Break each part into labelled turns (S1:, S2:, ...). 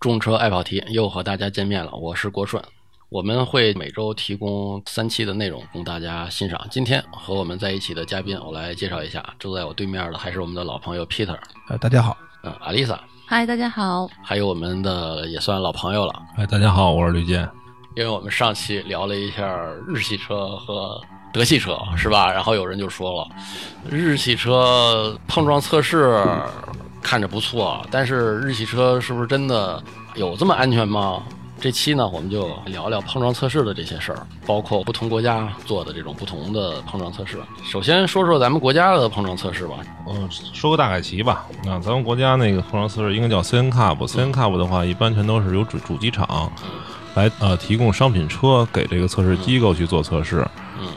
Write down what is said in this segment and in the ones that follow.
S1: 众车爱跑题又和大家见面了，我是国顺。我们会每周提供三期的内容供大家欣赏。今天和我们在一起的嘉宾，我来介绍一下。坐在我对面的还是我们的老朋友 Peter，
S2: 呃，大家好，
S1: 嗯，阿丽萨，
S3: 嗨，大家好。
S1: 还有我们的也算老朋友了，
S4: 哎，大家好，我是吕健。
S1: 因为我们上期聊了一下日系车和德系车，是吧？然后有人就说了，日系车碰撞测试看着不错，但是日系车是不是真的有这么安全吗？这期呢，我们就聊聊碰撞测试的这些事儿，包括不同国家做的这种不同的碰撞测试。首先说说咱们国家的碰撞测试吧。
S4: 嗯，说个大概齐吧。那咱们国家那个碰撞测试应该叫 CN Cup，CN Cup 的话，一般全都是由主主机厂来呃提供商品车给这个测试机构去做测试，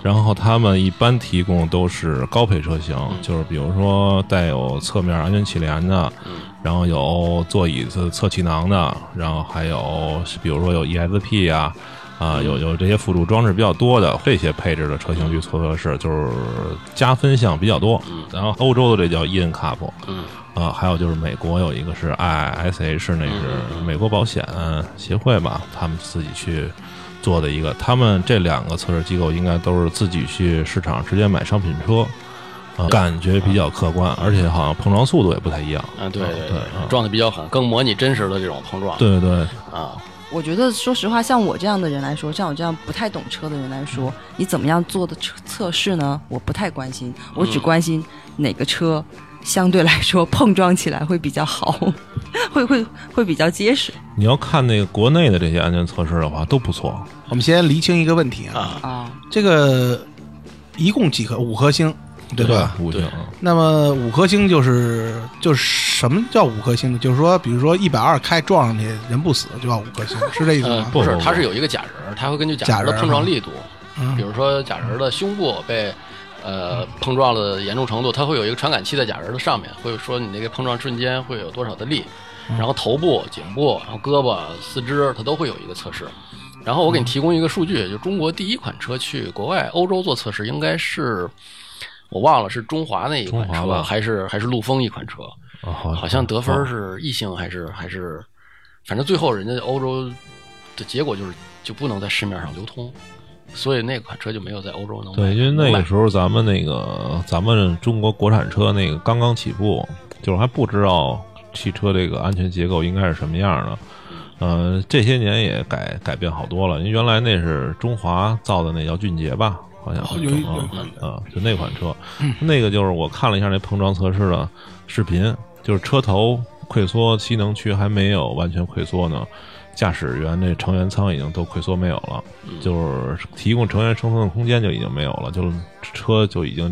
S4: 然后他们一般提供都是高配车型，就是比如说带有侧面安全气帘的，
S1: 嗯
S4: 然后有座椅侧侧气囊的，然后还有比如说有 ESP 啊。啊，有有这些辅助装置比较多的这些配置的车型去做测试，就是加分项比较多。然后欧洲的这叫 EN Cup，
S1: 嗯
S4: 啊，还有就是美国有一个是 IISH，那是美国保险协会吧，他们自己去做的一个。他们这两个测试机构应该都是自己去市场直接买商品车，啊，感觉比较客观，而且好像碰撞速度也不太一样。
S1: 啊，对对
S4: 对
S1: 对
S4: 啊，
S1: 撞的比较狠，更模拟真实的这种碰撞。
S4: 对对，
S1: 啊，
S3: 我觉得，说实话，像我这样的人来说，像我这样不太懂车的人来说，你怎么样做的测测试呢？我不太关心，我只关心哪个车相对来说碰撞起来会比较好， 会会会比较结实
S4: 你要看那个国内的这些安全测试的话，都不错。
S2: 我们先厘清一个问题啊，
S1: 啊，
S3: 啊。
S2: 这个一共几颗？五颗星，对吧？
S4: 五星
S1: 对
S2: 那么五颗星就是就是什么叫五颗星呢？就是说，比如说一百二开撞上去人不死就叫五 颗星，是这意思
S1: 呃，
S2: 吗？
S4: 不
S1: 不是，
S4: 不
S1: 它是有一个假人儿，它会根据假
S2: 假
S1: 人儿的
S2: 人儿
S1: 碰
S2: 哈
S1: 撞力度，比
S2: 嗯
S4: 呃
S1: 如说假人儿的胸部被呃
S4: 嗯
S1: 碰撞的严重程度，它会有一个传感器在假人儿的上面，会说你那个碰撞瞬间会有多少的力，
S4: 嗯
S1: 然后头部、颈部、然后胳膊、四肢，它都会有一个测试。然后我
S4: 嗯
S1: 给你提供一个数据，就中国第一款车去国外欧洲做测试，应该是我忘了是中华那一款
S4: 中华
S1: 车，
S4: 吧
S1: 还是还是陆风一款车。
S4: 啊，好
S1: 好像得分是异性还是还是，反正最后人家欧洲的结果就是就不能在市面上流通，所以那款车就没有在欧洲能卖
S4: 对，因为那
S1: 能
S4: 个
S1: 卖
S4: 时候咱们那个咱们中国国产车那个刚刚起步，就是还不知道汽车这个安全结构应该是什么样的。呃，这些年也改改变好多了，因为原来那是中华造的那叫俊杰吧，好像
S2: 哦
S4: 是
S2: 有一
S4: 啊
S2: 有一款
S4: 啊，就那款车，那个就是我看了一下那碰撞测试的视频，就是车头溃缩吸能区还没有完全溃缩呢，驾驶员那成员舱已经都溃缩没有了，就是提供成员生存的空间就已经没有了，就是车就已经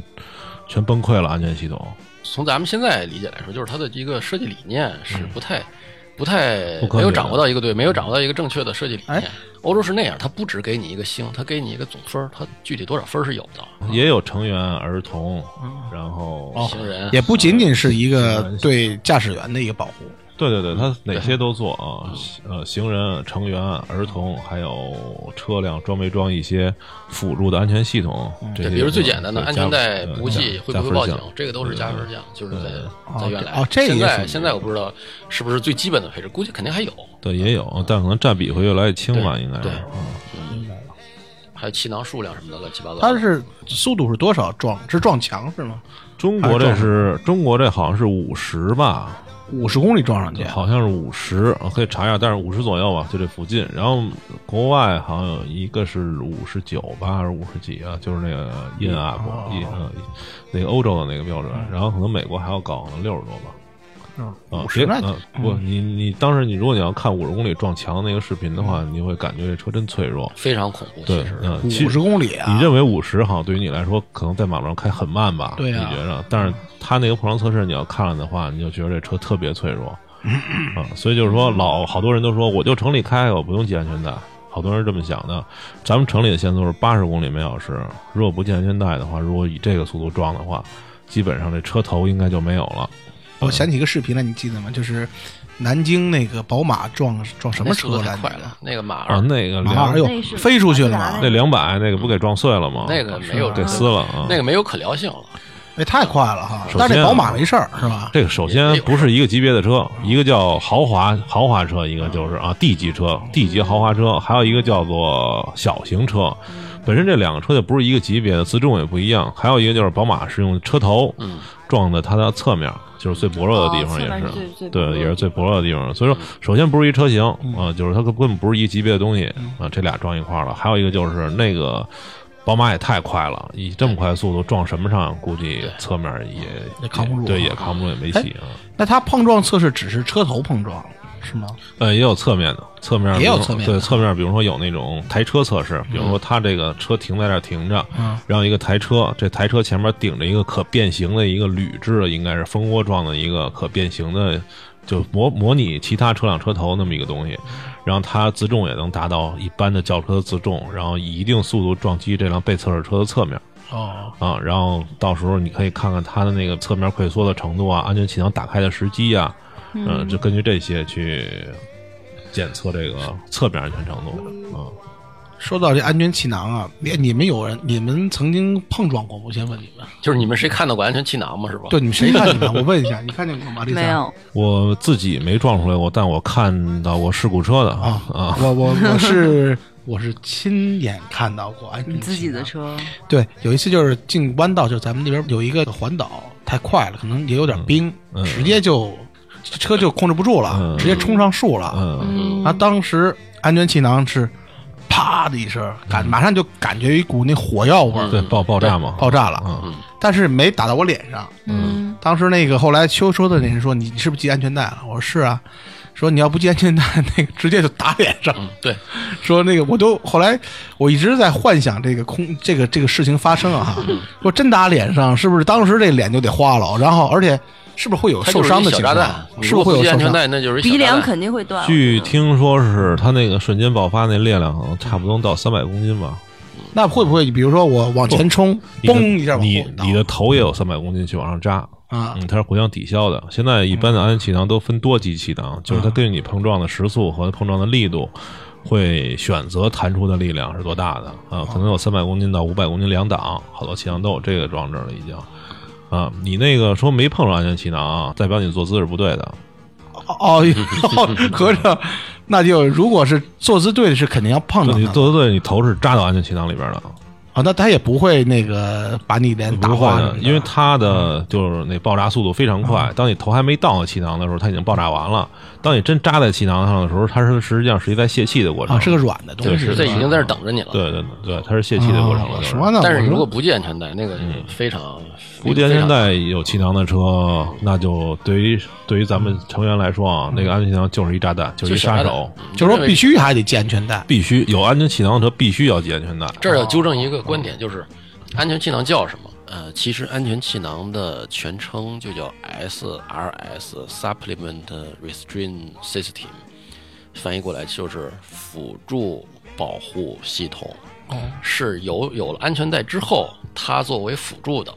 S4: 全崩溃了，安全系统
S1: 从咱们现在理解来说，就是它的一个设计理念是不太、不太
S4: 嗯不科学的
S1: 没有掌握到一个对，没有掌握到一个正确的设计理念。
S2: 哎
S1: 欧洲是那样，它不只给你一个星，它给你一个总分儿，它具体多少分儿是有的。
S4: 也有成员儿童，然后
S1: 行人
S2: 也不仅仅是一个对驾驶员的一个保护，
S4: 对对对，他哪些都做啊，呃，行人、成员、儿童，还有车辆装没装一些辅助的安全系统，
S1: 嗯对，
S4: 这些
S1: 比如
S4: 都
S1: 最简单的安
S4: 对加
S1: 全
S4: 分
S1: 带
S4: 呃
S1: 补给会不会
S4: 加加分
S1: 报警
S4: 项，
S1: 这个都是加分项，就是在
S2: 哦
S1: 在原来
S2: 哦这也
S1: 现在
S2: 是
S1: 现在我不知道是不是最基本的配置，估计肯定还有，
S4: 对也有，但可能占比会越来越轻吧，应该是
S1: 对
S4: 嗯
S1: 还有气囊数量什么的乱七八糟的。
S2: 它是速度是多少撞？是撞墙是吗？
S4: 中国这是中国这好像是五十吧，
S2: 五十公里撞上去，
S4: 好像是五十，我可以查一下，但是五十左右吧，就这附近。然后国外好像有一个是五十九吧，还是五十几啊？就是那个 in up
S2: 哦嗯
S4: in 呃那个欧洲的那个标准，然后可能美国还要高，六十多吧。啊，
S2: 五
S4: 别
S2: 十那
S4: 嗯不，你你当时你如果你要看五十公里撞墙那个视频的话，你会感觉这车真脆弱。
S1: 非常恐怖，
S4: 对
S1: 其，实
S4: 嗯，其
S2: 五
S4: 实
S2: 十公里啊！
S4: 你认为五十好像对于你来说，可能在马路上开很慢吧？
S2: 对啊
S4: 你觉着？但是它那个碰撞测试，你要看了的话，你就觉得这车特别脆弱， 啊，所以就是说老好多人都说，我就城里开，我不用系安全带。好多人这么想的，咱们城里的限速是八十公里每小时，如果不系安全带的话，如果以这个速度撞的话，基本上这车头应该就没有了。
S2: 我想起一个视频来，你记得吗？就是南京那个宝马撞撞什么
S1: 那
S2: 车
S1: 速度
S2: 来
S1: 太
S2: 着
S1: 快了，那个马
S4: 啊，
S1: 儿
S4: 那个
S2: 马
S4: 两
S2: 二又
S3: 那是
S2: 哎飞出去
S3: 马
S2: 了
S3: 自达
S2: 吗
S3: 那？
S4: 那两百那个不给撞碎了吗？
S1: 那个没有
S4: 给撕了啊，
S1: 那个没有可聊性了，
S2: 哎，太快了哈！
S4: 首
S2: 但是
S4: 先
S2: 这
S4: 啊
S2: 宝马没事儿是吧？
S4: 这个首先不是一个级别的车，一个叫豪华豪华车，一个就是啊 D 级车，D 级豪华车，还有一个叫做小型车。本身这两个车就不是一个级别的，自重也不一样。还有一个就是宝马是用车头
S1: 嗯
S4: 撞的它的侧面，就是最薄弱的地
S3: 哦
S4: 方，
S3: 侧
S4: 也
S3: 面
S4: 是、
S3: 是最最薄弱
S4: 对，
S3: 的
S4: 也是最薄弱的地方。所以说，
S2: 嗯
S4: 首先不是一车型啊、就是它根本不是一级别的东西
S2: 嗯
S4: 啊、这俩撞一块儿了。还有一个就是那个。宝马也太快了，以这么快的速度撞什么上，估计侧面也
S2: 也扛不住
S4: 对，
S2: 啊
S4: 也扛不住，也没戏啊。
S2: 那它碰撞测试只是车头碰撞是吗？
S4: 呃，也有侧面的，侧面
S2: 也
S4: 比
S2: 有
S4: 如说
S2: 侧面的
S4: 对，侧面比如说有那种抬车测试，比如说它这个车停在这儿停着，
S2: 嗯
S4: 然后一个抬车，这抬车前面顶着一个可变形的一个铝制的，应该是蜂窝状的一个可变形的，就模模拟其他车辆车头那么一个东西，然后它自重也能达到一般的轿车的自重，然后以一定速度撞击这辆被测试车的侧面。
S2: 哦，
S4: 啊，然后到时候你可以看看它的那个侧面溃缩的程度啊，安全气囊打开的时机啊，嗯、就根据这些去检测这个侧面安全程度啊。
S2: 说到这安全气囊啊，你你们有人你们曾经碰撞过吗？我先问你们，
S1: 就是你们谁看到过安全气囊吗？是吧？
S2: 对，你们谁看见的？我问一下，你看见过吗？丽
S3: 没
S2: 莎
S3: 有，
S4: 我自己没撞出来过，但我看到过事故车的
S2: 啊
S4: 啊，
S2: 我我我是我是亲眼看到过安全
S3: 你自己
S2: 气
S3: 的
S2: 囊
S3: 车，
S2: 对，有一次就是进弯道，就是咱们那边有一个环岛，太快了，可能也有点冰，
S4: 嗯
S2: 直接就车就控制不住了，
S4: 嗯
S2: 直接冲上树了。
S4: 嗯
S3: 嗯
S2: 啊，当时安全气囊是啪的一声，
S1: 嗯
S2: 感马上就感觉一股那火药味儿，
S4: 对，爆爆炸嘛，
S2: 爆炸了，
S4: 嗯
S2: 但是没打到我脸上。
S3: 嗯，
S2: 当时那个后来修车的那人说：“你你是不是系安全带了？”我说：“是啊。”说你要不系安全带，那个直接就打脸上。
S1: 嗯，对，
S2: 说那个我都后来我一直在幻想这个空这个这个事情发生啊哈，
S1: 嗯
S2: 说真打脸上是不是当时这脸就得花了？然后而且是不是会有
S1: 它就
S2: 受
S1: 是一
S2: 伤的
S1: 小
S2: 情
S1: 炸
S2: 况
S1: 弹？，
S2: 是不是会有
S1: 系
S2: 受
S1: 安全
S2: 伤？
S1: 带？那就是一小
S3: 鼻
S1: 炸
S3: 梁
S1: 弹
S3: 肯定会断。
S4: 据听说是它那个瞬间爆发那力量好像差不多能到三百公斤吧，
S2: 那会不会比如说我往前冲，
S4: 你的
S2: 嘣一下往
S4: 你
S2: 后倒
S4: 你的头也有三百公斤去往上扎，
S2: 啊
S4: 嗯，它是互相抵消的。现在一般的安全气囊都分多级气囊，就是
S2: 嗯
S4: 它根据你碰撞的时速和碰撞的力度，会选择弹出的力量是多大的啊？可能有三百公斤到五百公斤两档，好多气囊都有这个装置了已经。啊，你那个说没碰上安全气囊啊，代表你坐姿是不对的。
S2: 哦哦，合着那就如果是坐姿对的是肯定要碰
S4: 就
S2: 到
S4: 你
S2: 的
S4: 坐姿对，你头是扎到安全气囊里边了，
S2: 啊，那他也不会那个把你脸打
S4: 不会
S2: 花嗯
S4: 的，因为它的就是那爆炸速度非常快。当你头还没到气囊的时候，它已经爆炸完了。当你真扎在气囊上的时候，它是实际上是一在泄气的过程
S2: 啊是个软的东
S4: 对
S2: 西，
S4: 是
S1: 这
S4: 的
S1: 已经在这等着你了。
S4: 对对对，它是泄气的过程了。
S2: 啊
S4: 就是
S2: 什么呢？
S1: 但是你
S2: 我说
S1: 如果不系安全带，那个是非常
S4: 不嗯系安全，带有气囊的车，那就对于对于咱们成员来说啊，那个安全气囊就是一炸弹，就是一杀手，
S1: 嗯
S2: 就是说必须还得系安全带。
S4: 必须有安全气囊的车必须要系安全带。
S1: 这儿要纠正一个观点，就是安全气囊叫什么？呃，其实安全气囊的全称就叫 SRS Supplement Restraint System，翻译过来就是辅助保护系统，是由有了安全带之后，它作为辅助的，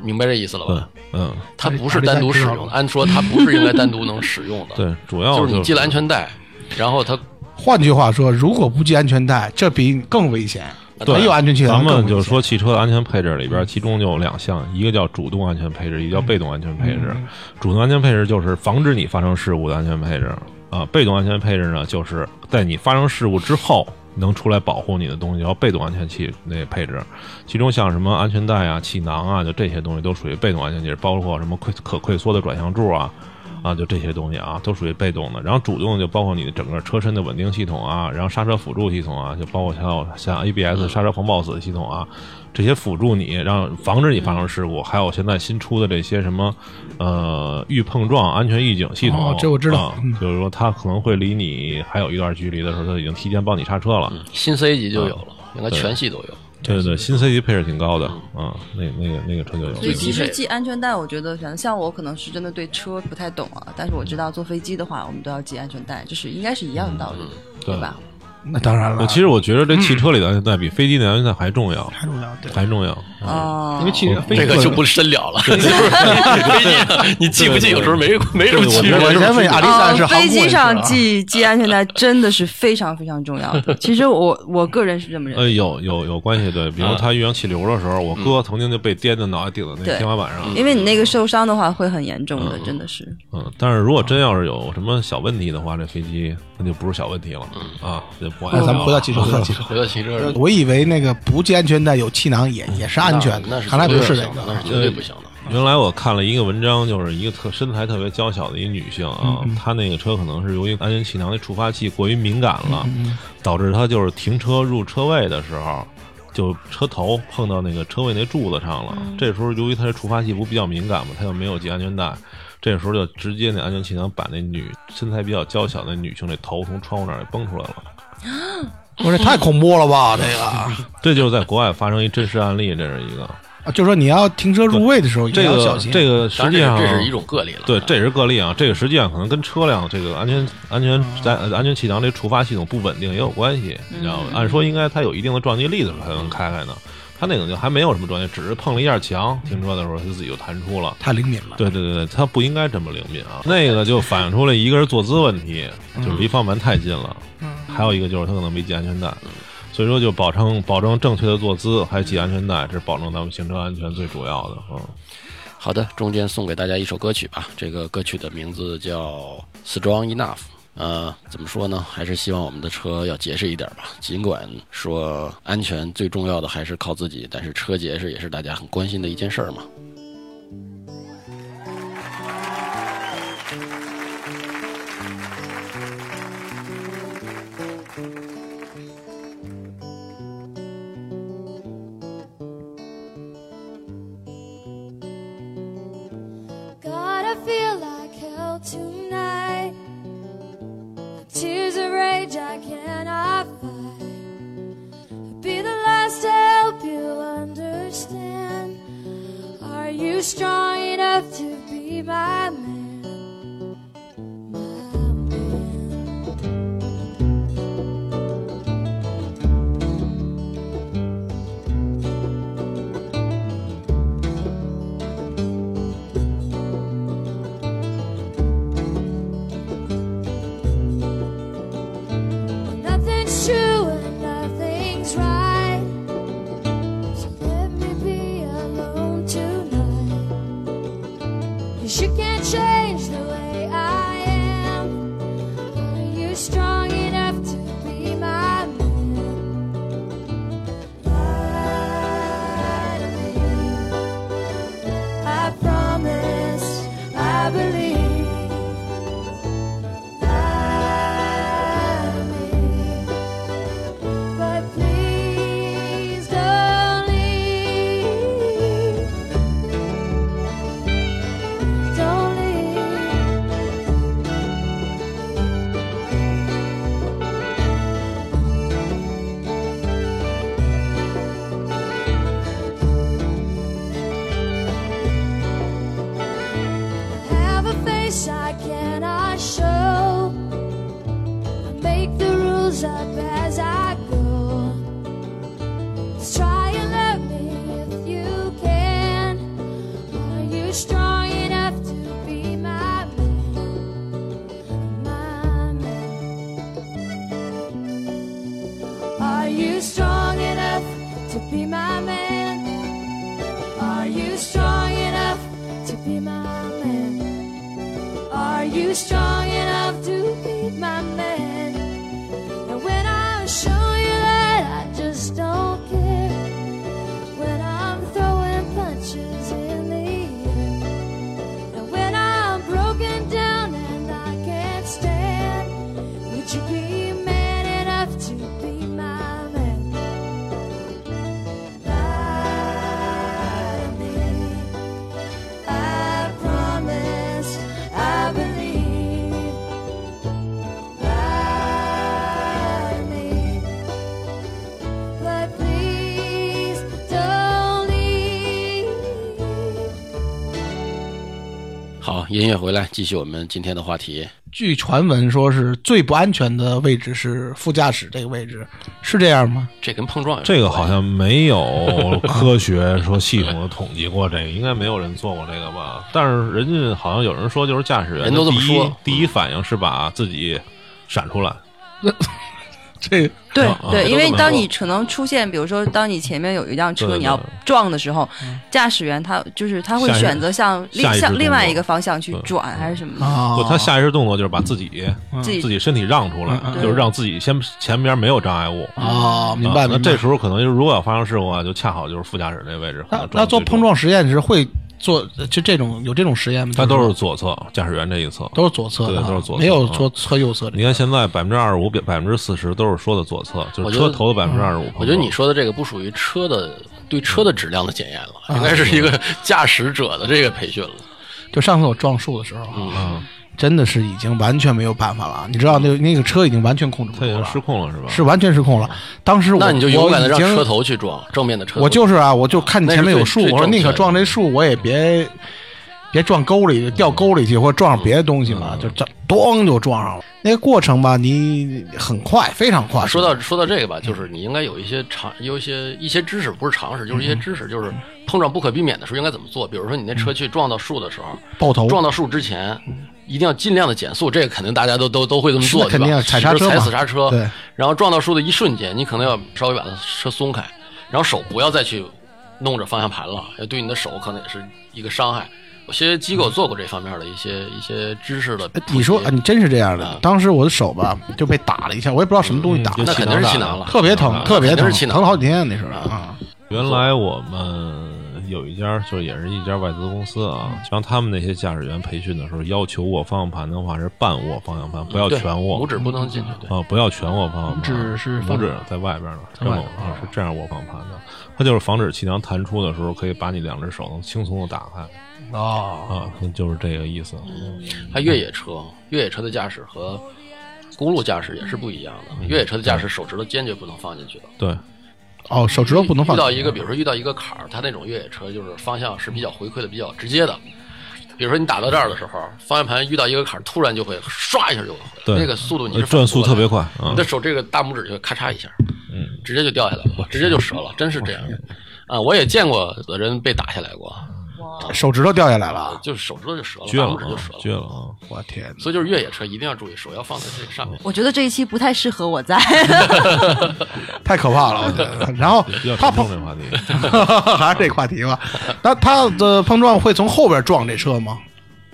S1: 明白这意思了
S4: 对
S1: 吧？，
S4: 嗯，
S1: 它不是单独使用的，按说它不是应该单独能使用的，
S4: 对，主要
S1: 就是你系了安全带，然后它
S2: 换句话说，如果不系安全带，这比更危险。
S4: 对
S2: 没有安全气
S4: 咱
S2: 囊更危
S4: 们
S2: 险，
S4: 就是说，汽车的安全配置里边，其中就有两项，一个叫主动安全配置，一个叫被动安全配置。主动安全配置就是防止你发生事故的安全配置啊，被动安全配置呢，就是在你发生事故之后能出来保护你的东西叫被动安全器那配置。其中像什么安全带啊、气囊啊，就这些东西都属于被动安全器，包括什么溃可溃缩的转向柱啊。啊，就这些东西啊，都属于被动的。然后主动的就包括你的整个车身的稳定系统啊，然后刹车辅助系统啊，就包括还有像
S2: 嗯
S4: ABS 刹车防抱死系统啊，这些辅助你让防止你发生事故。还有现在新出的这些什么呃预碰撞安全预警系统，
S2: 哦这我知道
S4: 啊
S2: 嗯
S4: 就是说它可能会离你还有一段距离的时候，它已经提前帮你刹车
S2: 嗯
S4: 了。
S1: 新 C 级就有了，应该全系都有。
S4: 对对，新 C 级配置挺高的啊，那那个那个车就有。
S3: 所以
S1: 对
S3: 其
S1: 对
S3: 实
S1: 对
S3: 系安全带，我觉得反正像我可能是真的对车不太懂啊，但是我知道坐飞机的话，我们都要系安全带，就是应该是一样的道理，
S4: 对
S3: 吧？
S2: 那当然了，
S4: 我其实我觉得这汽车里的安全带比飞机的安全带还重要，
S2: 太重要，对，
S4: 还重要。啊
S3: 哦，
S5: 因为汽车飞
S1: 这个就不深聊 了，就是飞机你 记不记有时候没没什么区别。
S2: 我先问阿丽
S3: 啊，
S2: 萨是航
S3: 飞
S2: 空
S3: 机
S2: 人士
S3: 上
S2: 啊
S3: 系系安全带真的是非常非常重要的。其实我我个人是这么认为，
S4: 呃，有有有关系，对，比如
S1: 啊
S4: 他遇上气流的时候，我哥曾经就被颠的脑袋顶在那
S3: 对嗯
S4: 个天花板上。
S3: 因为你那个受伤的话会很严重的，真的是。
S4: 嗯，但是如果真要是有什么小问题的话，这飞机那就不是小问题了啊，这不
S2: 哎，
S4: 安
S2: 咱们回到汽车，回到汽车。
S1: 回到汽车上，
S2: 我以为那个不系安全带有气囊
S4: 嗯
S2: 也也是安全
S1: 那
S2: 的，
S1: 是
S2: 看来不
S1: 绝对
S2: 是这
S1: 行的，
S2: 个啊
S1: 那。是绝对不行的。
S4: 原来我看了一个文章，就是一个特身材特别娇小的一女性啊，她那个车可能是由于安全气囊的触发器过于敏感了，导致她就是停车入车位的时候，就车头碰到那个车位那柱子上了。这时候由于她这触发器不比较敏感嘛，她就没有系安全带，这时候就直接那安全气囊把那女身材比较娇小的女性这头从窗户那儿给崩出来了。
S2: 我这太恐怖了吧，这 个啊，
S4: 这就是在国外发生一真实案例，这是一个
S2: 就说你要停车入位的时候也
S4: 这
S2: 要
S4: 个
S2: 小心。
S4: 这个
S1: 当
S4: 实
S1: 然
S4: 际
S1: 这
S4: 上
S1: 是这是一种个例了。
S4: 对，这也是个例啊。这个实际上可能跟车辆这个安全、安全在呃安全气囊这触发系统不稳定也有关系，你知道吗？按说应该它有一定的撞击力的时候才能开开呢，它那种就还没有什么撞击，只是碰了一下墙，停车的时候它自己就弹出了。
S2: 太灵敏了。
S4: 对对对对，它不应该这么灵敏啊。那个就反映出了一个是坐姿问题，就是离方向盘太近了，还有一个就是它可能没系安全带。所以说，就保证保证正确的坐姿，还系安全带，这是保证咱们行车安全最主要的啊。嗯
S1: 好的，中间送给大家一首歌曲吧，这个歌曲的名字叫《Strong Enough》。呃，怎么说呢？还是希望我们的车要结实一点吧。尽管说安全最重要的还是靠自己，但是车结实也是大家很关心的一件事儿嘛。
S6: God, I feel like hell tonight. Tears of rage I cannot fight. Be the last to help you understand. Are you strong enough to be my man? My man. Nothing's true and nothing's right. So let me be alone tonight. Cause you can't change the way I am. Are you strong enough to be my man? Lie to me. I promise, I believe. But please don't leave. Don't leave. Have a face I cannot show. I make the rules up as I go. Just try and love me if you can. Are you strong enough to be my man? My man. Are you strong enough to be my man? Are you strong enough to be my man? Are you strong enough to be my man? And when I show you that I just don't care, when I'm throwing punches in the air, and when I'm broken down and I can't stand, would you be man enough to be my man? Lie to me. I promise, I believe.
S1: 好，音乐回来，继续我们今天的话题。
S2: 据传闻说是最不安全的位置是副驾驶这个位置，是这样吗？
S1: 这跟碰撞有
S4: 这个好像没有科学说系统的统计过这个，应该没有人做过这个吧？但是人家好像有人说，就是驾驶员
S1: 人都这么说
S4: 第一第一反应是把自己闪出来。
S2: 这
S3: 对
S4: 啊
S3: 对，
S4: 这
S3: 因
S4: 都
S3: 为
S4: 这么
S3: 当
S4: 说
S3: 你可能出现，比如说当你前面有一辆
S4: 对
S3: 车
S4: 对
S3: 你要
S4: 对
S3: 撞的时候，驾驶员他就是他会
S4: 下意识
S3: 选择向
S4: 下意
S3: 另
S4: 识
S3: 向
S4: 动
S3: 另外
S4: 作嗯
S3: 一个方向去
S4: 对
S3: 转还是什么的。
S2: 啊
S4: 不，，他下意识动作就是把自己、
S3: 自己
S4: 自己身体让出来
S2: 嗯，嗯
S4: 就是让自己先前边没有障碍物。
S2: 啊，明
S4: 啊
S2: 白
S4: 那
S2: 明白。
S4: 这时候可能就是如果要发生事故啊，就恰好就是副驾驶那位置。可
S2: 那
S4: 能
S2: 啊那做
S4: 最重
S2: 碰，撞实验时会做就这种有这种实验吗？
S4: 它
S2: 就
S4: 都
S2: 说
S4: 是左侧，驾驶员这一侧。
S2: 都是左侧的啊，
S4: 对都是左侧
S2: 没有说侧右侧这
S4: 你
S2: 个。
S4: 看现在百分之二十五、百分之四十都是说的左侧，就
S1: 我
S4: 是
S1: 觉得
S4: 车头的百分之二十五。
S1: 我觉
S2: 嗯
S1: 得你说的这个不属于车的对车的质量的检验了，应
S2: 啊
S1: 该是一个驾驶者的这个培训了。
S2: 就上次我撞树的时候啊，
S1: 嗯，
S2: 真的是已经完全没有办法了。你知道那那个车已经完全控制不
S4: 它已
S2: 住
S4: 经
S2: 了，
S4: 失控了是吧？
S2: 是完全失控了。当时我
S1: 那你就勇敢的让
S2: 我已经
S1: 车头去撞正面的车头，
S2: 我就是啊，我就看你前面有树，
S1: 那是最
S2: 我说
S1: 最
S2: 宁
S1: 正
S2: 可
S1: 确的
S2: 撞这树，我也别别撞沟里，掉沟里去，或者撞上别的东西
S1: 嗯
S2: 嘛，就这咣就撞上了。那个过程吧，你很快，非常快。
S1: 啊说到说到这个吧，
S2: 嗯
S1: 就是你应该有一些常有一些一些知识，不是常识，就是一些
S2: 嗯
S1: 知识，就是碰撞不可避免的时候应该怎么做。比如说你那车去撞到树的时候，
S2: 爆头，
S1: 撞到树之前，一定要尽量的减速，这个肯定大家都都都会这么
S2: 嗯是
S1: 做，
S2: 那肯定
S1: 对吧
S2: 要踩刹车
S1: 就是踩
S2: 嘛
S1: 死刹车，
S2: 对，
S1: 然后撞到树的一瞬间，你可能要稍微把车松开，然后手不要再去弄着方向盘了，也对你的手可能也是一个伤害。有些机构做过这方面的一些一些知识的普及，
S2: 你说啊，你真是这样的
S1: 啊。
S2: 当时我的手吧就被打了一下，我也不知道什么东西打
S4: 嗯
S2: 的
S1: 那，肯定是气囊了，
S2: 特别疼，
S1: 啊
S2: 特别
S1: 肯定
S2: 疼，
S1: 是气
S2: 疼
S1: 囊
S2: 了好几天那时候啊。
S4: 原来我们呃有一家，就是也是一家外资公司啊，
S1: 嗯
S4: 让他们那些驾驶员培训的时候，要求握方向盘的话是半握方向盘，不
S1: 嗯
S4: 要
S1: 对
S4: 全握，
S1: 拇指不能进去，对。
S4: 啊，不要全握方向盘，
S2: 拇指是
S4: 拇
S2: 放
S4: 指在外边呢，这
S2: 外
S4: 么
S2: 边
S4: 啊
S1: 嗯
S4: 是这样握方向盘的，它就是防止气囊弹出的时候，可以把你两只手能轻松的打开
S2: 哦，
S4: 啊，可能就是这个意思。
S1: 它越野车，越野车的驾驶和公路驾驶也是不一样的。越野车的驾驶手指头坚决不能放进去的。
S4: 对，
S2: 哦，手指头不能放。
S1: 遇到一个，比如说遇到一个坎儿，它那种越野车就是方向是比较回馈的、比较直接的。比如说你打到这儿的时候，方向盘遇到一个坎儿，突然就会唰一下就回来，
S4: 对
S1: 那个速度你
S4: 呃
S1: 是
S4: 转速
S1: 反不过
S4: 特
S1: 来
S4: 别快
S1: 的，
S4: 啊
S1: 你的，手这个大拇指就咔嚓一下，
S4: 嗯，哦
S1: 直接就掉下来了，直接就折了，真是这样的。啊，我也见过有的人被打下来过，
S2: 啊手指头掉下来了。
S1: 就是手指头就折了，
S4: 撅
S1: 大拇
S4: 了
S1: 指就
S4: 啊
S1: 折，
S4: 撅了啊。
S2: 我天哪！
S1: 所以就是越野车一定要注意，手要放在这个上面。
S3: 我觉得这一期不太适合 我在，
S2: 太可怕了， 我觉得。然后
S4: 比较
S2: 他
S4: 啊沉
S2: 碰
S4: 重，这话题，
S2: 还是这话题吧。那他的碰撞会从后边撞这车吗？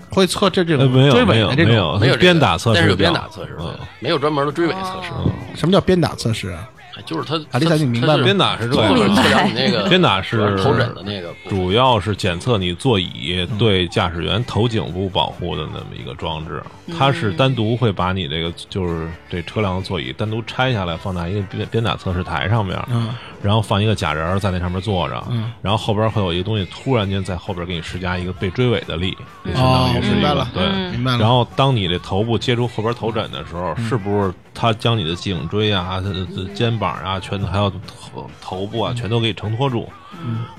S2: 会测这这
S4: 呃，
S2: 种
S4: 没有
S2: 追
S4: 没
S2: 尾
S4: 有
S2: 的这
S4: 没
S2: 种？
S4: 有
S1: 没有这个
S4: 鞭哦打测试，哦
S1: 但是有鞭打测试，对
S4: 嗯，
S1: 没有专门的追尾测试，
S2: 什么叫鞭打测试啊？
S1: 哎就是它。
S2: 啊丽萨
S1: 它
S2: 你明白吗
S1: 它是
S4: 鞭打是这
S1: 测
S4: 样
S1: 量
S4: 的，
S1: 测量你那个
S4: 鞭打是
S1: 头枕的那个嗯部分
S4: 主要是检测你座椅对驾驶员头颈部保护的那么一个装置，
S1: 嗯
S4: 它是单独会把你这个就是这车辆的座椅单独拆下来，放在一个鞭鞭打测试台上面，
S2: 嗯，
S4: 然后放一个假人儿在那上面坐着，
S2: 嗯，
S4: 然后后边会有一个东西突然间在后边给你施加一个被追尾的力，
S2: 嗯
S4: 相当于是一
S2: 哦明白
S4: 个
S2: 了
S4: 对。
S3: 嗯
S2: 明白了。
S4: 然后，当你这头部接触后边头枕的时
S2: 嗯
S4: 候，是不是它将你的颈椎啊、它的它的肩膀啊，全还有头头部
S2: 嗯
S4: 啊，全都给你承托住？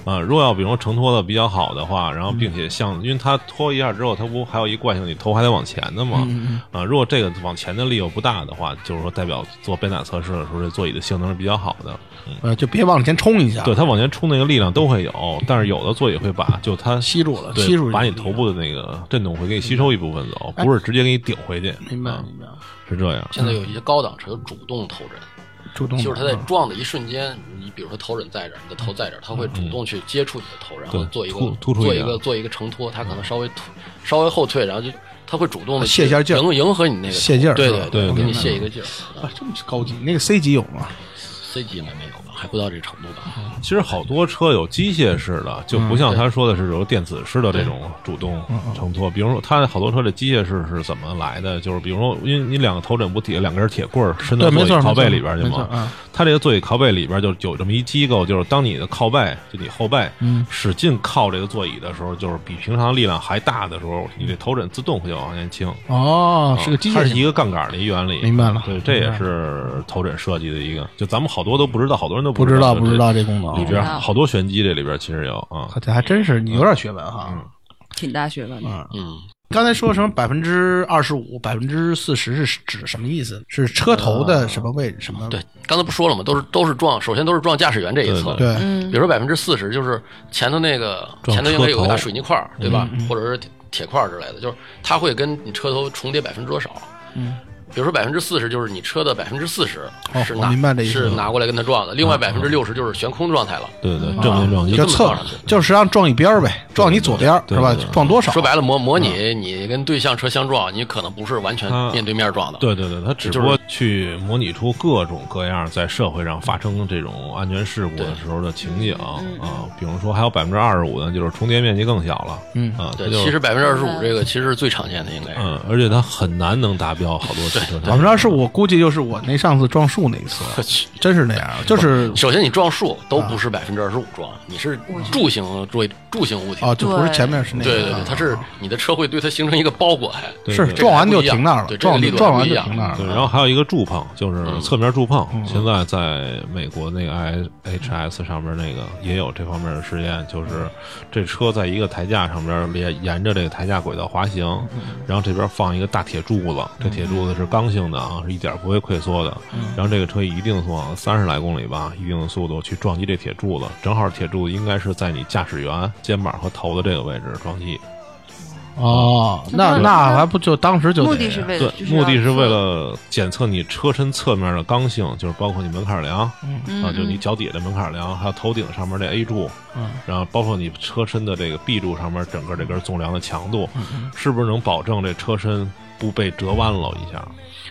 S4: 啊，如果要比如说承托的比较好的话，然后并且像，因为它拖一下之后，它不还有一惯性，你头还得往前的
S2: 嗯
S4: 嘛。啊，如果这个往前的力又不大的话，就是说代表做鞭打测试的时候，这座椅的性能是比较好的。
S2: 呃，就别往前冲一下，
S4: 对，，它往前冲那个力量都会有，但是有的座椅会把就它
S2: 嗯吸住了，
S4: 对
S2: 吸住
S4: 把你
S2: 就
S4: 头。部的那个震动会给你吸收一部分走，不是直接给你顶回去。
S2: 嗯明白
S4: 啊
S2: 明白，
S4: 是这样。
S1: 现在有一些高档车有主动头枕，
S2: 主动嗯
S1: 就是它在撞的一瞬间，你比如说头枕在这儿，你的头在这儿，它会主动去接触你的头，然后
S4: 对
S1: 做一个
S4: 突突出一
S1: 做
S4: 点
S1: 一个做一个承托，它可能稍微突稍微后退，然后就它会主动的
S2: 卸一下劲儿
S1: 迎迎合你那个头
S2: 卸劲儿
S1: 对
S2: 是吧
S1: 对
S4: 对
S1: 我给
S4: 对
S1: 你
S4: 对
S1: 卸一个劲儿。
S2: 啊，这么高级，那个 C 级有吗？
S1: C 级应该没有吧，还不到这程度吧？
S4: 其实好多车有机械式的，就
S2: 嗯
S4: 不像他说的是有电子式的这种主动承托。比如说，他好多车的机械式是怎么来的？就是比如说，因为你两个头枕不底下两根铁棍儿伸到座
S2: 对没
S4: 椅
S2: 错
S4: 靠背
S2: 没错
S4: 里边去
S2: 没错嗯
S4: 吗？它这个座椅靠背里边就有这么一机构，就是当你的靠背，就你后背，
S2: 嗯
S4: 使劲靠这个座椅的时候，就是比平常力量还大的时候，你这头枕自动会就往前倾。
S2: 哦，是个机
S4: 它
S2: 械
S4: 是一
S2: 型，
S4: 个杠杆的一原理，
S2: 明白了
S4: 对，这
S2: 明
S4: 也
S2: 白
S4: 是头枕设计的一个，就咱们好多都不知道，好多人都
S2: 不知道
S4: 就
S2: 不知道这功能
S4: 里边
S3: 不知道
S4: 好多玄机，这里边其实有啊。嗯
S2: 这还真是你有点学问哈。
S3: 挺大学问的。
S1: 嗯，
S2: 刚才说什么百分之二十五、百分之四十是指什么意思？是车头的什么位置？什么？
S1: 呃对，刚才不说了吗？都是都是撞，首先都是撞驾驶员这一侧。
S4: 对
S2: 对，
S1: 比如说百分之四十，就是前头那个
S4: 撞
S1: 前头应该有
S4: 车
S1: 个
S4: 头
S1: 大水泥块儿，对
S2: 嗯
S1: 吧？或者是铁铁块儿之类的，就是它会跟你车头重叠百分之多少。
S2: 嗯，
S1: 比如说百分之四十，就是你车的百分之四十
S2: 哦
S1: 是
S2: 我
S1: 拿
S2: 明白这意思
S1: 是
S2: 了嗯
S1: 拿过来跟它撞的，另外百分之六十就是悬空状态了。
S4: 对对，正面撞击
S2: 就
S1: 这么
S2: 侧
S1: 撞上去，
S2: 就是实际上撞一边儿呗，撞你左边儿
S4: 对
S2: 是吧
S4: 对对？
S2: 撞多少？
S1: 说白了，模模
S2: 嗯
S1: 拟你跟对向车相撞，你可能不是完全
S4: 啊
S1: 面对面撞的。
S4: 对对对，他只不过去模拟出各种各样在社会上发生这种安全事故的时候的情景
S1: 嗯
S4: 啊，比如说还有百分之二十五呢，就是重叠面积更小了，
S2: 嗯
S4: 啊，
S1: 对
S4: 它，就
S1: 其实百分之二十五这个其实是最常见的，应该是。
S4: 嗯，而且它很难能达标好多汽车
S2: 百分之二十五，估计就是我那上次撞树那一次，
S1: 我去
S2: 真是那 样，啊就是
S1: 首先，你撞树都
S2: 啊
S1: 不是百分之二十五撞，你是柱形锥柱形物体。
S2: 哦，就不是前面是那个，
S1: 对对对，它是你的车会对它形成一个包裹，还
S4: 啊对
S2: 是
S4: 对
S2: 撞完就停那儿了，
S1: 对这个
S2: 撞
S1: 力度
S2: 撞完
S1: 不一
S2: 就
S1: 样
S2: 停那儿
S4: 对，
S2: 了。
S4: 然后还有一个柱碰，就是侧面柱碰，现在在美国那个 I H S 上面那个也有这方面的实验，就是这车在一个台架上边沿沿着这个台架轨道滑行，然后这边放一个大铁柱子，这铁柱子是刚性的啊，是一点儿不会溃缩的，然后这个车以一定速三十来公里吧，一定的速度去撞击这铁柱子，正好铁柱应该是在你驾驶员肩膀和头的这个位置撞击，
S2: 哦，
S3: 那
S2: 那那
S3: 那
S2: 还不就当时就
S3: 目
S2: 得
S3: 的是为
S4: 对
S3: 了，就是
S4: 目的
S3: 要
S4: 是为
S3: 测
S4: 了检测你车身侧面的刚性，就是包括你门槛梁、
S1: 嗯
S3: 嗯
S4: 啊，就是你脚底下的门槛梁，还有头顶上面这 A 柱，
S2: 嗯
S4: 然后包括你车身的这个 B 柱上面整个这根纵梁的强度，
S1: 嗯
S4: 是不是能保证这车身不被折弯了一下？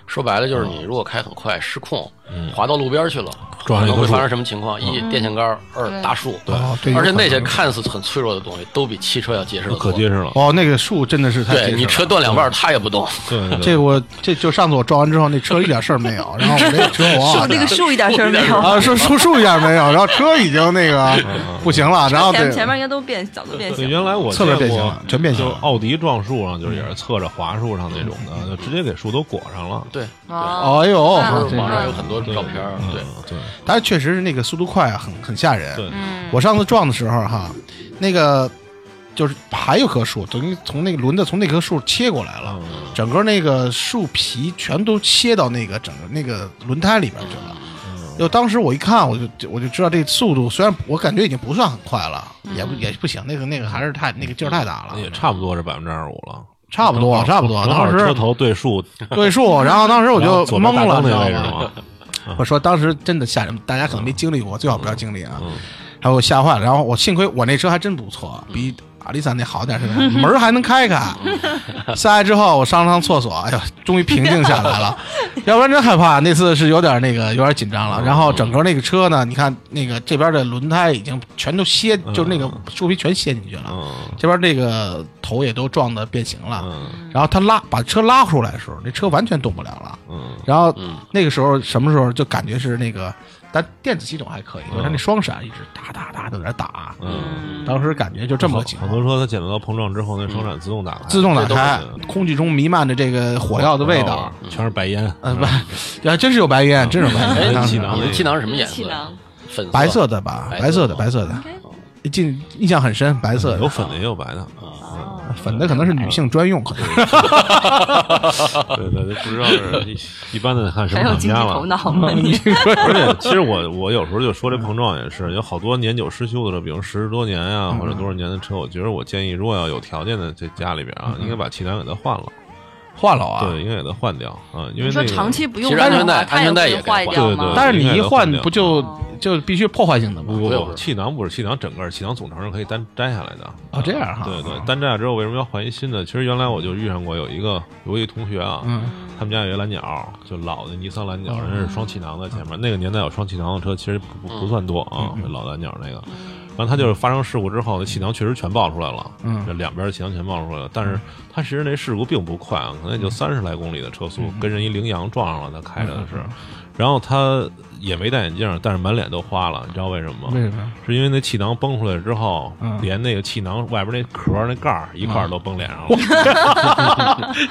S1: 说白了
S4: 啊
S1: 就是你如果开很快失控，滑到路边去了，
S4: 嗯撞
S1: 可能
S4: 上一棵
S1: 会
S4: 树啊
S1: 发生什么情况？一电线杆，二大树，啊
S2: 哦对有
S1: 而且
S2: 可能
S1: 那些看似很脆弱的东西都比汽车要结实的
S4: 可结实了，
S2: 哦，那个树真的是太结实
S1: 对
S2: 了
S1: 你车断两半，它也不 动。
S4: 对对对
S2: 这我这就上次我撞完之后，那车一点事儿没有，然后我那车往
S3: 哦
S2: 往
S3: 那个树一点事儿没有，
S2: 啊，树树树一点没有，然后车已经那个不行了，然后
S3: 前
S2: 对
S3: 前面应该都变早都变
S4: 对，
S3: 形
S4: 原来我
S2: 侧面
S4: 见
S2: 变形
S4: 过
S2: 了全变形
S4: 就
S2: 了
S4: 奥迪撞树上，
S1: 嗯
S4: 就是也是侧着滑树上那种的，就直接给树都裹上了。
S1: 对，
S3: 哦，
S2: 哎呦，
S1: 对
S3: 啊
S1: 就是网上有
S2: 这
S1: 很多照片儿，
S4: 嗯
S1: 对，
S4: 对
S2: 但是确实是那个速度快啊，很很吓人。
S4: 对，
S3: 嗯
S2: 我上次撞的时候哈，那个就是还有棵树，等于从那个轮子从那棵树切过来了，
S4: 嗯
S2: 整个那个树皮全都切到那个整个那个轮胎里边去了。
S4: 嗯
S2: 就当时我一看，我就我就知道这速度，虽然我感觉已经不算很快了，也不也不行，那个那个还是太那个劲儿太大了，
S4: 也差不多是百分之二十五了。
S2: 差不
S4: 啊
S2: 多差不多。
S4: 正好
S2: 当
S4: 是车
S2: 时
S4: 头对树，
S2: 对树，然后 当时我
S4: 然后
S2: 就
S4: 左边
S2: 懵
S4: 大
S2: 了，
S4: 灯
S2: 你知
S4: 那
S2: 道
S4: 位置
S2: 吗
S4: 嘛？，
S2: 我说当时真的吓人，大家可能没经历过，最好不要经历啊。
S4: 嗯
S2: 还有吓坏了。然后我幸亏我那车还真不错，比阿丽萨那好点儿，是吧门儿还能开开。
S4: 嗯
S2: 下来之后我上了趟厕所，哎呀，终于平静下来了，要不然真害怕。那次是有点那个，有点紧张了。
S4: 嗯
S2: 然后整个那个车呢，你看那个这边的轮胎已经全都歇，就是那个树皮全歇进去了，
S4: 嗯
S2: 这边这个头也都撞得变形了。
S4: 嗯
S2: 然后他拉把车拉出来的时候，那车完全动不了了。
S4: 嗯，
S2: 然后那个时候什么时候就感觉是那个，但电子系统还可以，就是它那双闪一直哒哒哒地在那打，
S4: 嗯
S2: 当时感觉就这么个情
S4: 好
S2: 况，嗯
S4: 多说它检测到碰撞之后，那双闪自动打开，
S2: 自动打开
S4: 这都是，
S2: 空气中弥漫着这个火药的味道，，
S4: 全是白烟，
S2: 呃不，啊真是有白烟，真是有白
S1: 哎
S2: 烟，当
S4: 气
S2: 时
S4: 囊
S1: 你
S4: 那
S1: 们
S4: 个
S1: 气囊是什么颜
S3: 气
S1: 色
S3: 囊？
S1: 粉
S2: 白色的吧，白
S1: 白
S2: 色
S1: 色
S2: 的
S1: 的
S2: 白色的，印印象很深，白色
S4: 有
S2: 的。
S4: 粉的也有白的，
S3: 哦
S2: 粉的可能是女性专用，可能
S4: 嗯对对对，不知道是 一一般的看什
S3: 还
S4: 么
S3: 有
S4: 厂
S3: 经济
S4: 家
S3: 头
S4: 了。
S3: 脑吗？你
S4: 而且其实我我有时候就说这碰撞也是，有好多年久失修的车，比如十多年呀、
S2: 嗯
S4: 或者多少年的车，我觉得我建议，如果要有条件的这家里边啊，
S2: 嗯
S4: 应该把气囊给它换了，
S2: 换了啊。
S4: 对，应该给它换掉啊，因为那
S3: 说
S4: 个
S3: 长期不用
S1: 其实
S3: 的话，
S1: 安全带
S3: 它
S1: 安
S3: 也
S1: 全带也
S3: 会坏
S1: 可以
S3: 掉
S4: 换对
S3: 吗？
S4: 对
S2: 但是你一换
S4: 应该
S2: 不就
S3: 换掉
S2: 就必须破坏性的吗？
S4: 不
S1: 不
S4: 不
S1: 要
S4: 不，
S1: 不
S4: 气囊不是气囊，整个气囊总成是可以单摘下来的。
S2: 哦这样哈
S4: 对对，单摘下之后为什么要换一新的？其实原来我就遇上过有一个有一同学啊，
S2: 嗯
S4: 他们家有一蓝鸟，就老的尼桑蓝鸟，人家是双气囊的，前
S2: 嗯
S4: 面那个年代有双气囊的车其实不不不算多啊，老蓝鸟那个。然后他就是发生事故之后，那气囊确实全爆出来了，
S2: 嗯
S4: 这两边的气囊全爆出来了。但是他其实那事故并不快
S2: 嗯
S4: 啊，可能也就三十来公里的车速，跟人一羚羊撞上了，他开着的是。然后他也没戴眼镜，但是满脸都花了，你知道为什么
S2: 为
S4: 吗？
S2: 什么？
S4: 是因为那气囊崩出来之后，
S2: 嗯
S4: 连那个气囊外边那壳儿那盖儿一块儿都崩脸上了。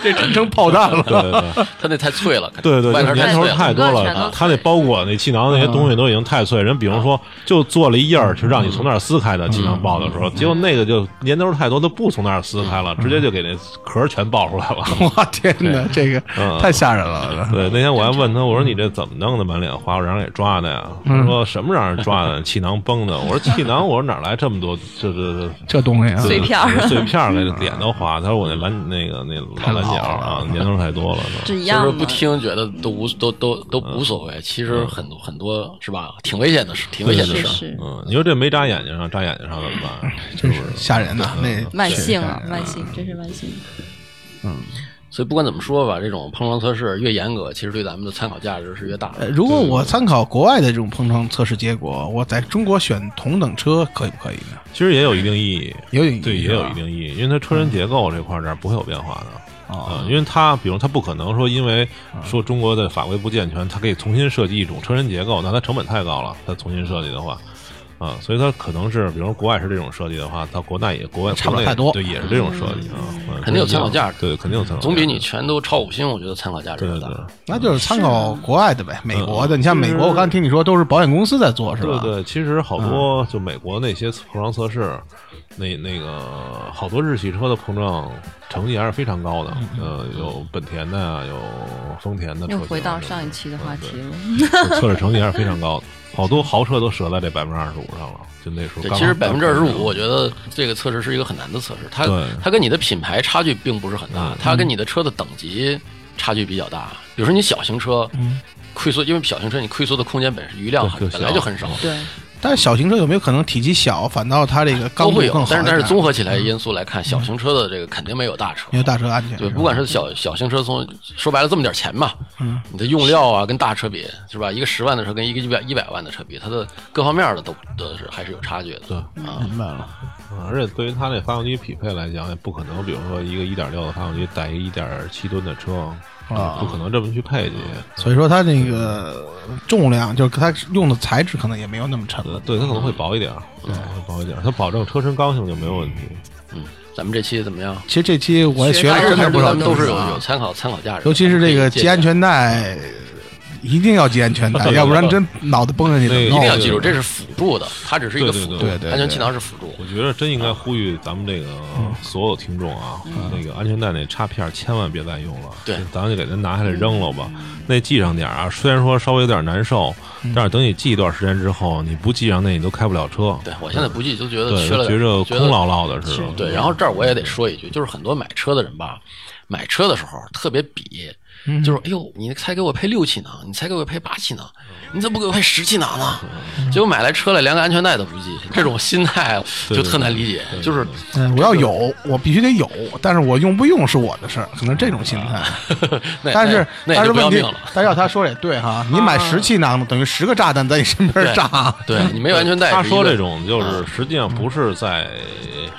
S2: 这真成炮弹了。
S4: 对对对。
S1: 它那太脆了，
S4: 对对，
S1: 外
S4: 就是
S1: 面
S4: 年
S1: 太
S4: 头
S1: 脆
S4: 儿
S1: 了
S4: 太多
S3: 整个全都
S4: 了，它那包裹那气囊那些东西都已经太碎。人比如说，就做了一印儿，就让你从那儿撕开的气囊爆的时候，结果那个就年头儿太多，它不从那儿撕开了，直接就给那壳儿全爆出来 了。
S2: 我天哪，这个
S4: 嗯
S2: 太吓人了。
S4: 对，那天我还问他，我说你这怎么弄的，满脸花，我让人给抓的呀？他说什么让人抓的？气囊崩的。我说气囊，我说哪来这么多这这
S2: 这东西啊
S4: 这，
S3: 碎片儿
S4: 嗯碎片儿给脸都花。他说我那蓝那个那老蓝鸟啊，年头儿太多了。
S3: 这一
S1: 就
S3: 样
S1: 是
S3: 的。
S1: 不听觉得都无都都都无所
S4: 嗯
S1: 谓，其实很多很多是吧？挺危险的事，挺危险的
S3: 是
S1: 事儿。
S3: 是
S4: 嗯，你说这没扎眼睛上，扎眼睛上怎么办？啊
S2: 真是吓人呐。
S1: 嗯
S2: 那
S3: 慢
S2: 确实
S3: 性
S2: 吓
S3: 啊，
S2: 人
S3: 慢性，真是慢性。
S1: 所以不管怎么说吧，这种碰撞测试越严格，其实对咱们的参考价值是越大的。
S4: 哎
S2: 呃如果我参考国外的这种碰撞测试结果，我在中国选同等车可以不可以呢？
S4: 其实也有一定意义，
S2: 有点
S4: 对，
S2: 意义
S4: 也有
S2: 啊
S4: 一定意义，因为它车身结构这块儿这儿不会有变化的。
S2: 啊
S1: 嗯
S4: 啊，因为它，比如它不可能说，因为说中国的法规不健全，它可以重新设计一种车身结构，那它成本太高了，它重新设计的话，啊，所以它可能是，比如国外是这种设计的话，到国内也国外
S2: 差不了
S4: 国内
S2: 太多
S4: 对，也是这种设计啊，嗯
S1: 肯定有参考价值
S4: 对，肯定有参考价值，
S1: 总比你全都超五星，我觉得参考价值
S4: 对
S1: 越
S4: 对
S1: 大。
S4: 对。
S2: 那就是参考国外的呗，美国的。
S4: 嗯
S2: 你像美
S4: 其
S2: 国，
S4: 实
S2: 我刚听你说都是保险公司在做，是吧？
S4: 对对，其实好
S1: 嗯
S4: 多就美国那些碰撞测试，那那个好多日系车的碰撞成绩还是非常高
S1: 嗯
S4: 的，呃，有本田的呀，有丰田的车型啊什
S3: 又
S4: 么的，
S3: 回到上一期的话题 了，
S4: 就测试成绩还是非常高 的，好多豪车都折在这百分之二十五上了，就那时候
S1: 对，
S4: 刚好。
S1: 其实百分之二十五，我觉得这个测试是一个很难的测试，它
S4: 对嗯
S1: 它跟你的品牌差距并不是很大，它跟你的车的等级差距比较大。比如说你小型车，溃缩，因为小型车你溃缩的空间本身余量很
S4: 嗯对就
S1: 本
S4: 小
S1: 来就很少，
S3: 对，
S2: 但是小型车有没有可能体积小，反倒它这个
S1: 都
S2: 刚度
S1: 会有
S2: 更好一点？。嗯
S1: 但是但是综合起来因素来看，小型车的这个肯定没有大车
S2: 因。为大车安全，
S1: 对，
S2: 是吧
S1: 不管是小小型车从，说白了这么点钱嘛，
S2: 嗯
S1: 你的用料啊跟大车比是吧？一个十万的车跟一个一百一百万的车比，它的各方面的都都是还是有差距的。
S4: 对
S1: 啊，
S2: 明白了，
S4: 嗯而且对于它那发动机匹配来讲，也不可能，比如说一个一点六的发动机带一点七吨的车，
S2: 啊
S4: 不可能这么去配去。
S1: 嗯
S2: 所以说它那个重量，就是它用的材质可能也没有那么沉了。
S4: 对，它可能会薄一点，对，会薄一点，它保证车身刚性就没有问题。
S1: 嗯，咱们这期怎么样？
S2: 其实这期我也学了
S1: 还是
S2: 真
S1: 还
S2: 的
S1: 是
S2: 不少
S1: 咱
S2: 东
S1: 们都是
S2: 西啊，
S1: 有有参考参考价值的，
S2: 尤其是这个
S1: 可以借
S2: 系安
S1: 鉴，
S2: 全带，一定要系安全 带，要不然真脑袋崩下去怎么
S4: 对
S1: 一
S2: 弄
S1: 定要
S4: 哦
S1: 记住，这是辅助的，它只是一个辅助，
S4: 对
S2: 对对
S1: 安全气囊是辅助。
S4: 我觉得真应该呼吁咱们这个所有听众啊，那个安全带那插片儿千万别再用了，
S1: 对
S4: 咱们就给它拿下来扔了吧。那系上点儿啊，虽然说稍微有点难受，但是等你系一段时间之后，你不系上那你都开不了车，
S1: 对我现在不记就觉得
S4: 对，
S1: 缺了
S4: 觉
S1: 点
S4: 着
S1: 觉
S4: 空落落的似
S1: 是
S4: 的。
S1: 嗯对，然后这儿我也得说一句，就是很多买车的人吧，买车的时候特别比，就是哎呦，你才给我配六气囊，你才给我配八气囊，你怎么不给我配十气囊呢？结果买来车来连个安全带都不系，这种心态就特难理解。就是
S2: 嗯，我要有，我必须得有，但是我用不用是我的事儿，可能这种心 态。
S1: 那
S2: 但是
S1: 啊那那
S2: 但
S1: 也
S2: 是
S1: 就不
S2: 问
S1: 要
S2: 题
S1: 命了。，
S2: 但是要他说也对哈，你买十气囊等于十个炸弹在你身边炸，
S1: 对你没有安全带是一个，嗯
S4: 他说这种就是实际上不是在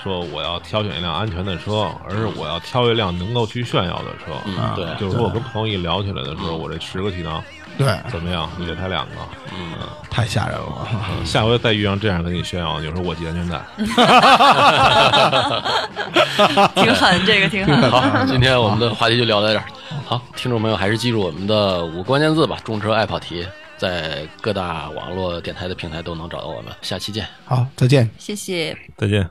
S4: 说我要挑选一辆安全的车，而是我要挑一辆能够去炫耀的车。
S1: 嗯，对，嗯
S4: 就是说我跟朋友一聊起来的时候，我这十个气囊
S2: 对，
S4: 怎么样？你给他两个，
S2: 太吓人了。
S4: 下回再遇上这样跟你炫耀，你说我系安全带。
S3: 挺狠，这个挺狠。
S1: 好，今天我们的话题就聊到这儿。好，听众朋友还是记住我们的五个关键字吧，众车爱跑题，在各大网络电台的平台都能找到我们。下期见。
S2: 好，再见。
S3: 谢谢
S4: 再见。